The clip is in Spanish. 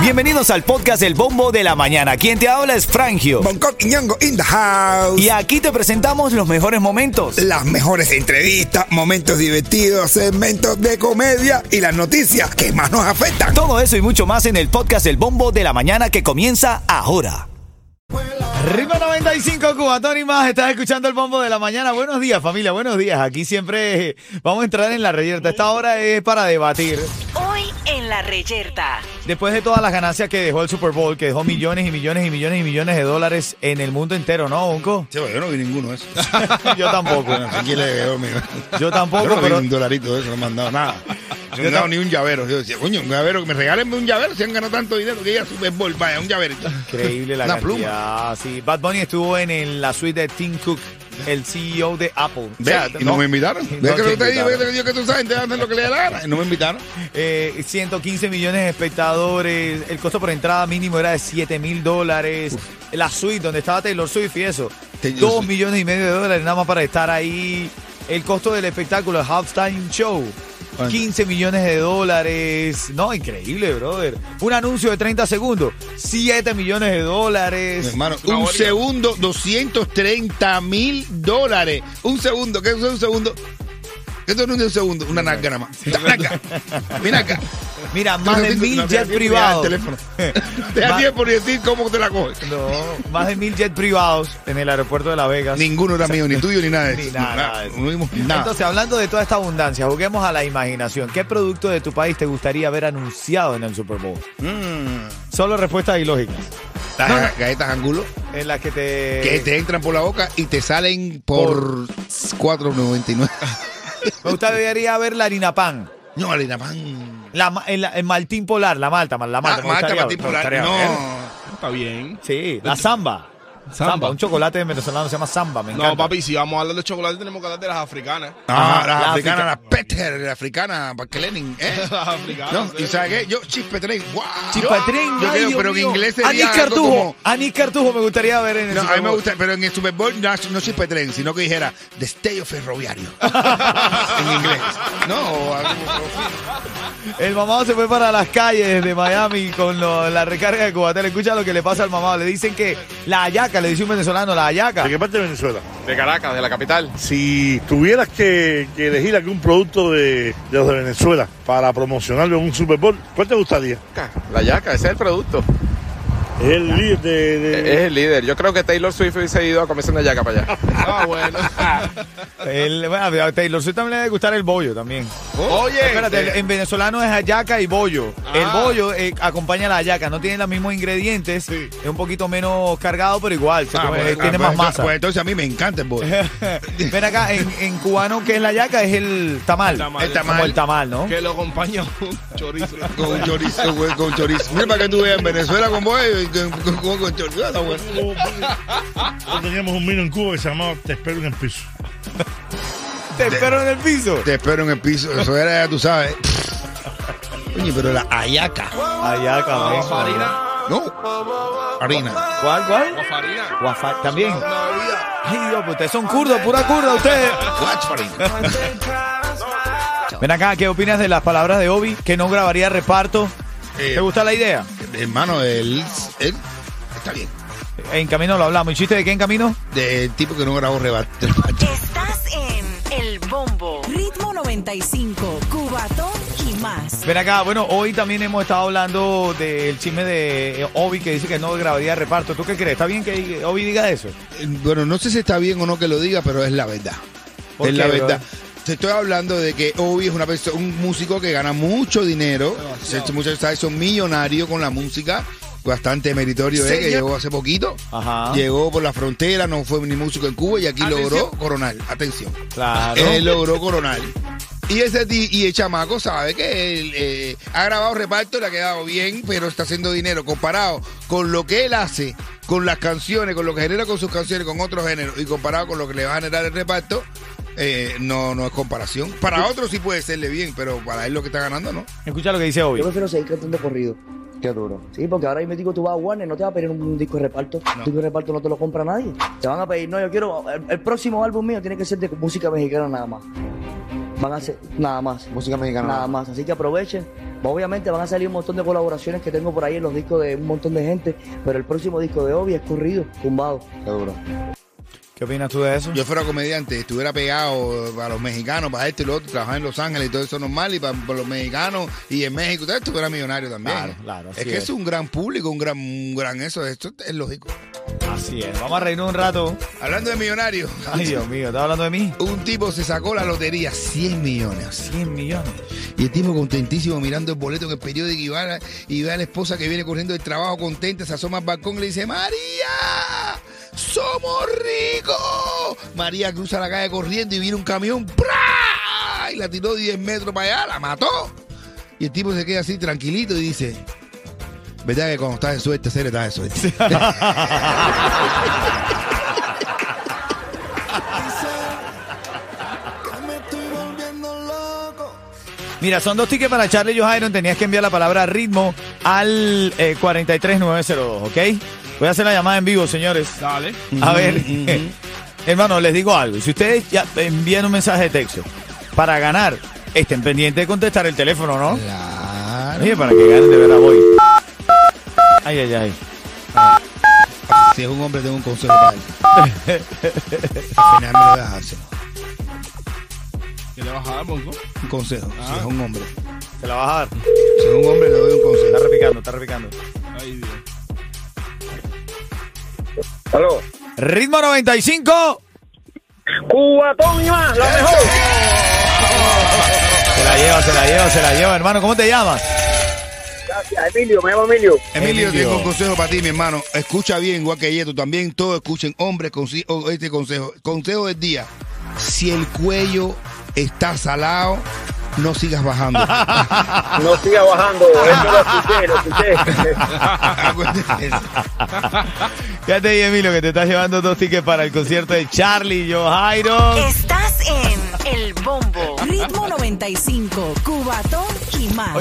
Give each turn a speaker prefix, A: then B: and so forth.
A: Bienvenidos al podcast El Bombo de la Mañana. Quien te habla es Frangio.
B: Bangkok y Ñongo in the house.
A: Y aquí te presentamos los mejores momentos.
B: Las mejores entrevistas, momentos divertidos, segmentos de comedia y las noticias que más nos afectan.
A: Todo eso y mucho más en el podcast El Bombo de la Mañana que comienza ahora. Ritmo 95, Cubatón y más, estás escuchando el bombo de la mañana. Buenos días, familia, buenos días. Aquí siempre eh, vamos a entrar en la reyerta. Esta hora es para debatir.
C: Hoy en La Reyerta.
A: Después de todas las ganancias que dejó el Super Bowl, que dejó millones y millones y millones y millones de dólares en el mundo entero, ¿no, Unco?
D: Che, yo no vi ninguno de esos.
A: Yo tampoco.
D: Bueno, aquí le veo, mira.
A: Yo tampoco,
D: Yo no vi
A: pero-
D: un dolarito de eso, no me han dado nada. Yo no he dado ni un llavero. Yo decía, coño, un llavero, que me regalen un llavero si han ganado tanto dinero que ya Super Bowl, vaya, un llaverito.
A: Increíble la
D: Una
A: cantidad. Sí, Bad Bunny estuvo en, el- la suite de Tim Cook, el CEO de Apple. O
D: Ve,
A: sea,
D: y no, me invitaron. Ve
A: no
D: que
A: te
D: lo te digo, ve
A: invitaron.
D: que te digo que tú sabes, te hacen lo que le da la gana. Y No me invitaron.
A: Eh, 115 millones de espectadores, el costo por entrada mínimo era de 7 mil dólares, la suite donde estaba Taylor Swift y eso,
D: Taylor
A: 2
D: Swift.
A: millones y medio de dólares nada más para estar ahí, el costo del espectáculo, el Halftime Show,
D: ¿Cuánto?
A: 15 millones de dólares, no, increíble, brother, un anuncio de 30 segundos, 7 millones de
D: Mi
A: dólares,
D: hermano, un segundo, 230 mil dólares. Un segundo, ¿qué es un segundo? ¿Qué es un segundo? Una narca nada más. Una narca. Mira acá.
A: mira, más de
D: No,
A: mil
D: no,
A: jets
D: no, no,
A: privados.
D: el teléfono. Te da
A: Ma-
D: tiempo y decir cómo te la coges.
A: No, más de mil jets privados en el aeropuerto de Las Vegas.
D: Ninguno era mío, ni tuyo, ni nada de eso.
A: Ni nada, nada de eso.
D: No vimos nada.
A: Entonces, hablando de toda esta abundancia, juguemos a la imaginación. ¿Qué producto de tu país te gustaría ver anunciado en el Super Bowl?
D: Mm.
A: Solo respuestas ilógicas.
D: Las
A: No, Eh. no.
D: galletas angulo
A: En las que te.
D: que te entran por la boca y te salen por 4.99.
A: Me gustaría ver la harina pan.
D: no, harina pan.
A: La, ma- el, el maltín polar, la malta, la malta.
D: Ah,
A: Ah, me
D: Marta
A: gustaría-
D: Martín
A: me
D: Polar,
A: gustaría ver.
D: No.
E: Está bien.
A: Sí, la samba.
E: Samba.
A: Samba, un chocolate venezolano se llama samba, me encanta.
E: No, papi, si vamos a hablar de chocolate, tenemos que hablar de las africanas.
D: Ah,
A: Ajá,
D: las
A: la
D: africanas,
A: africa-
D: las Peter, las africanas, para Lenin, ¿eh?
E: Las africanas.
D: No,
E: sí.
D: y sabes qué, yo chispetren, guau.
A: Chipatrín, ay,
D: yo creo,
A: Dios
D: pero en
A: mío.
D: inglés
A: A Nick
D: sería algo
A: Cartujo.
D: como-
A: A Nick Cartujo me gustaría ver en el
D: No,
A: Super
D: a mí me
A: Bowl.
D: gusta, pero en el Super Bowl no, no chispetren, sino que dijera destello ferroviario en inglés. No, o algo-
A: El mamado se fue para las calles de Miami con lo- la recarga de Cubatel. Escucha lo que le pasa al mamado. Le dicen que la hallaca, le dice un venezolano, la hallaca.
F: ¿De qué parte de Venezuela?
E: De Caracas, de la capital.
F: Si tuvieras que, que elegir algún producto de, de los de Venezuela para promocionarlo en un Super Bowl, ¿cuál te gustaría?
G: La yaca, ese es el producto.
F: Es el líder de... de-
E: Eh,
G: Es el líder. Yo creo que Taylor Swift hubiese ido a comerse una yaca para allá.
E: Ah, bueno.
A: El, bueno, a Taylor Swift también le debe gustar el bollo también.
E: Oye.
A: Espérate,
G: eh,
D: eh.
A: el- en venezolano es hallaca y bollo. El
E: Ah.
A: bollo eh, acompaña a la hallaca. No tiene los mismos ingredientes.
E: Sí.
A: Es un poquito menos cargado, pero igual. se
D: Ah,
A: come- eh,
D: pues,
A: tiene
D: ah,
A: más
D: pues,
A: masa.
D: Pues entonces a mí me encanta el bollo.
A: Ven acá, en, en cubano, ¿qué es la hallaca? Es el tamal.
E: El tamal.
A: Es como el tamal, ¿no?
E: Que lo acompaña un chorizo.
D: Con chorizo, güey, con chorizo. Mira para que tú veas en Venezuela con bollo y con, con- con- con chorizo. Ah, está bueno.
F: Nosotros teníamos un vino en Cuba que se llamaba Te espero en el piso.
A: Te espero en el piso.
D: Te espero en el piso. Eso era, ya tú sabes. Oye, pero la ayaca.
A: Hallaca,
E: Con
A: maestro.
E: farina.
D: No. Harina.
A: ¿Cuál, cuál?
E: Con farina.
A: Wafa también. Ay, Dios, pues ustedes son kurdos, pura kurda ustedes.
D: Watch farina.
A: Ven acá, ¿qué opinas de las palabras de Obi? Que no grabaría reparto.
D: Eh,
A: ¿Te gusta la idea?
D: Hermano, él, él está bien.
A: En camino lo hablamos. ¿Y chiste de qué en camino?
D: Del tipo que no grabó rebate.
C: Estás en El Bombo.
H: Ritmo 95, Cubatón y más.
A: Ven acá, bueno, hoy también hemos estado hablando del chisme de eh, Obi que dice que no grabaría reparto. ¿Tú qué crees? ¿Está bien que Obi diga eso?
D: Eh, Bueno, no sé si está bien o no que lo diga, pero es la verdad.
A: ¿Por
D: Es
A: qué,
D: la
A: bro?
D: verdad. Te estoy hablando de que Obi es una perso- un músico que gana mucho dinero. Se- Muchos saben, son millonarios con la música. Bastante meritorio, eh, que llegó hace poquito.
A: Ajá.
D: Llegó por la frontera, no fue ni músico en Cuba y aquí logró
E: Atención.
D: coronar. Atención.
A: Claro.
D: Él Eh, logró coronar. Y ese ti- y el chamaco sabe que él, eh, ha grabado reparto, le ha quedado bien, pero está haciendo dinero comparado con lo que él hace, con las canciones, con lo que genera con sus canciones, con otros géneros, y comparado con lo que le va a generar el reparto, eh, no, no es comparación. Para otros sí puede serle bien, pero para él lo que está ganando no.
A: Escucha lo que dice Obi.
I: Yo prefiero seguir cantando corrido. Qué duro. Sí, porque ahora yo me digo, tú vas a Warner, no te va a pedir un, un disco de reparto. Un disco de reparto no te lo compra nadie. Te van a pedir, no, yo quiero, el, el próximo álbum mío tiene que ser de música mexicana nada más. Van a ser, nada más. Música mexicana. Nada más. Así que aprovechen, Obviamente van a salir un montón de colaboraciones que tengo por ahí en los discos de un montón de gente, pero el próximo disco de Obi es corrido, tumbado.
B: Qué duro.
A: ¿Qué opinas tú de eso?
D: Yo fuera comediante, estuviera pegado a los mexicanos, para esto y lo otro, trabajar en Los Ángeles y todo eso normal, y para, para los mexicanos y en México, todo esto fuera millonario también.
A: Claro, claro, así
D: Es que
A: es.
D: es un gran público, un gran, un gran eso, esto es lógico.
A: Así es. Vamos a reírnos un rato.
D: Hablando de millonarios,
A: Ay, Dios mío, ¿estás hablando de mí?
D: un tipo se sacó la lotería, 100 millones.
A: 100 millones.
D: Y el tipo contentísimo mirando el boleto en el periódico y va, a la- y ve a la esposa que viene corriendo del trabajo contenta, se asoma al balcón y le dice, María, somos ricos. María cruza la calle corriendo y viene un camión, ¡pra! Y la tiró 10 metros para allá, la mató. Y el tipo se queda así tranquilito y dice, ¿verdad que cuando estás de suerte, serio, estás de suerte?
A: Mira, son dos tickets para Charlie Johairon. Tenías que enviar la palabra ritmo al eh, 43902, ¿ok? Voy a hacer la llamada en vivo, señores.
E: Dale.
A: A ver, hermano, les digo algo. Si ustedes ya envían un mensaje de texto para ganar, estén pendientes de contestar el teléfono, ¿no?
D: Claro.
A: Oye, para que ganen de verdad voy. Ay, ay, ay.
D: Si es un hombre, tengo un consejo para él. Al final me lo dejas hacer.
E: ¿Qué le vas a dar, Ah. Bongo?
D: Un consejo, si es un hombre.
A: Te la vas a dar.
D: Si es un hombre, le doy un consejo.
A: Está repicando, está repicando.
E: Ay, Dios.
J: Aló.
A: Ritmo 95.
J: Cubatón y más, la mejor.
A: Se la lleva, se la lleva, se la lleva, hermano. ¿Cómo te llamas?
J: Gracias, Emilio, me llamo Emilio.
D: Emilio,
A: Emilio.
D: tengo un consejo para ti, mi hermano. Escucha bien, igual que Yeto, también todos escuchen, hombres, consi- o- este consejo. Consejo del día. Si el cuello está salado, no sigas bajando.
J: No siga bajando, eso lo escuché, lo escuché.
D: Acuérdate de eso.
A: Quédate ahí, Emilio, que te estás llevando dos tickets para el concierto de Charlie Johairon.
C: Estás en El Bombo.
H: Ritmo 95, Cubatón y más.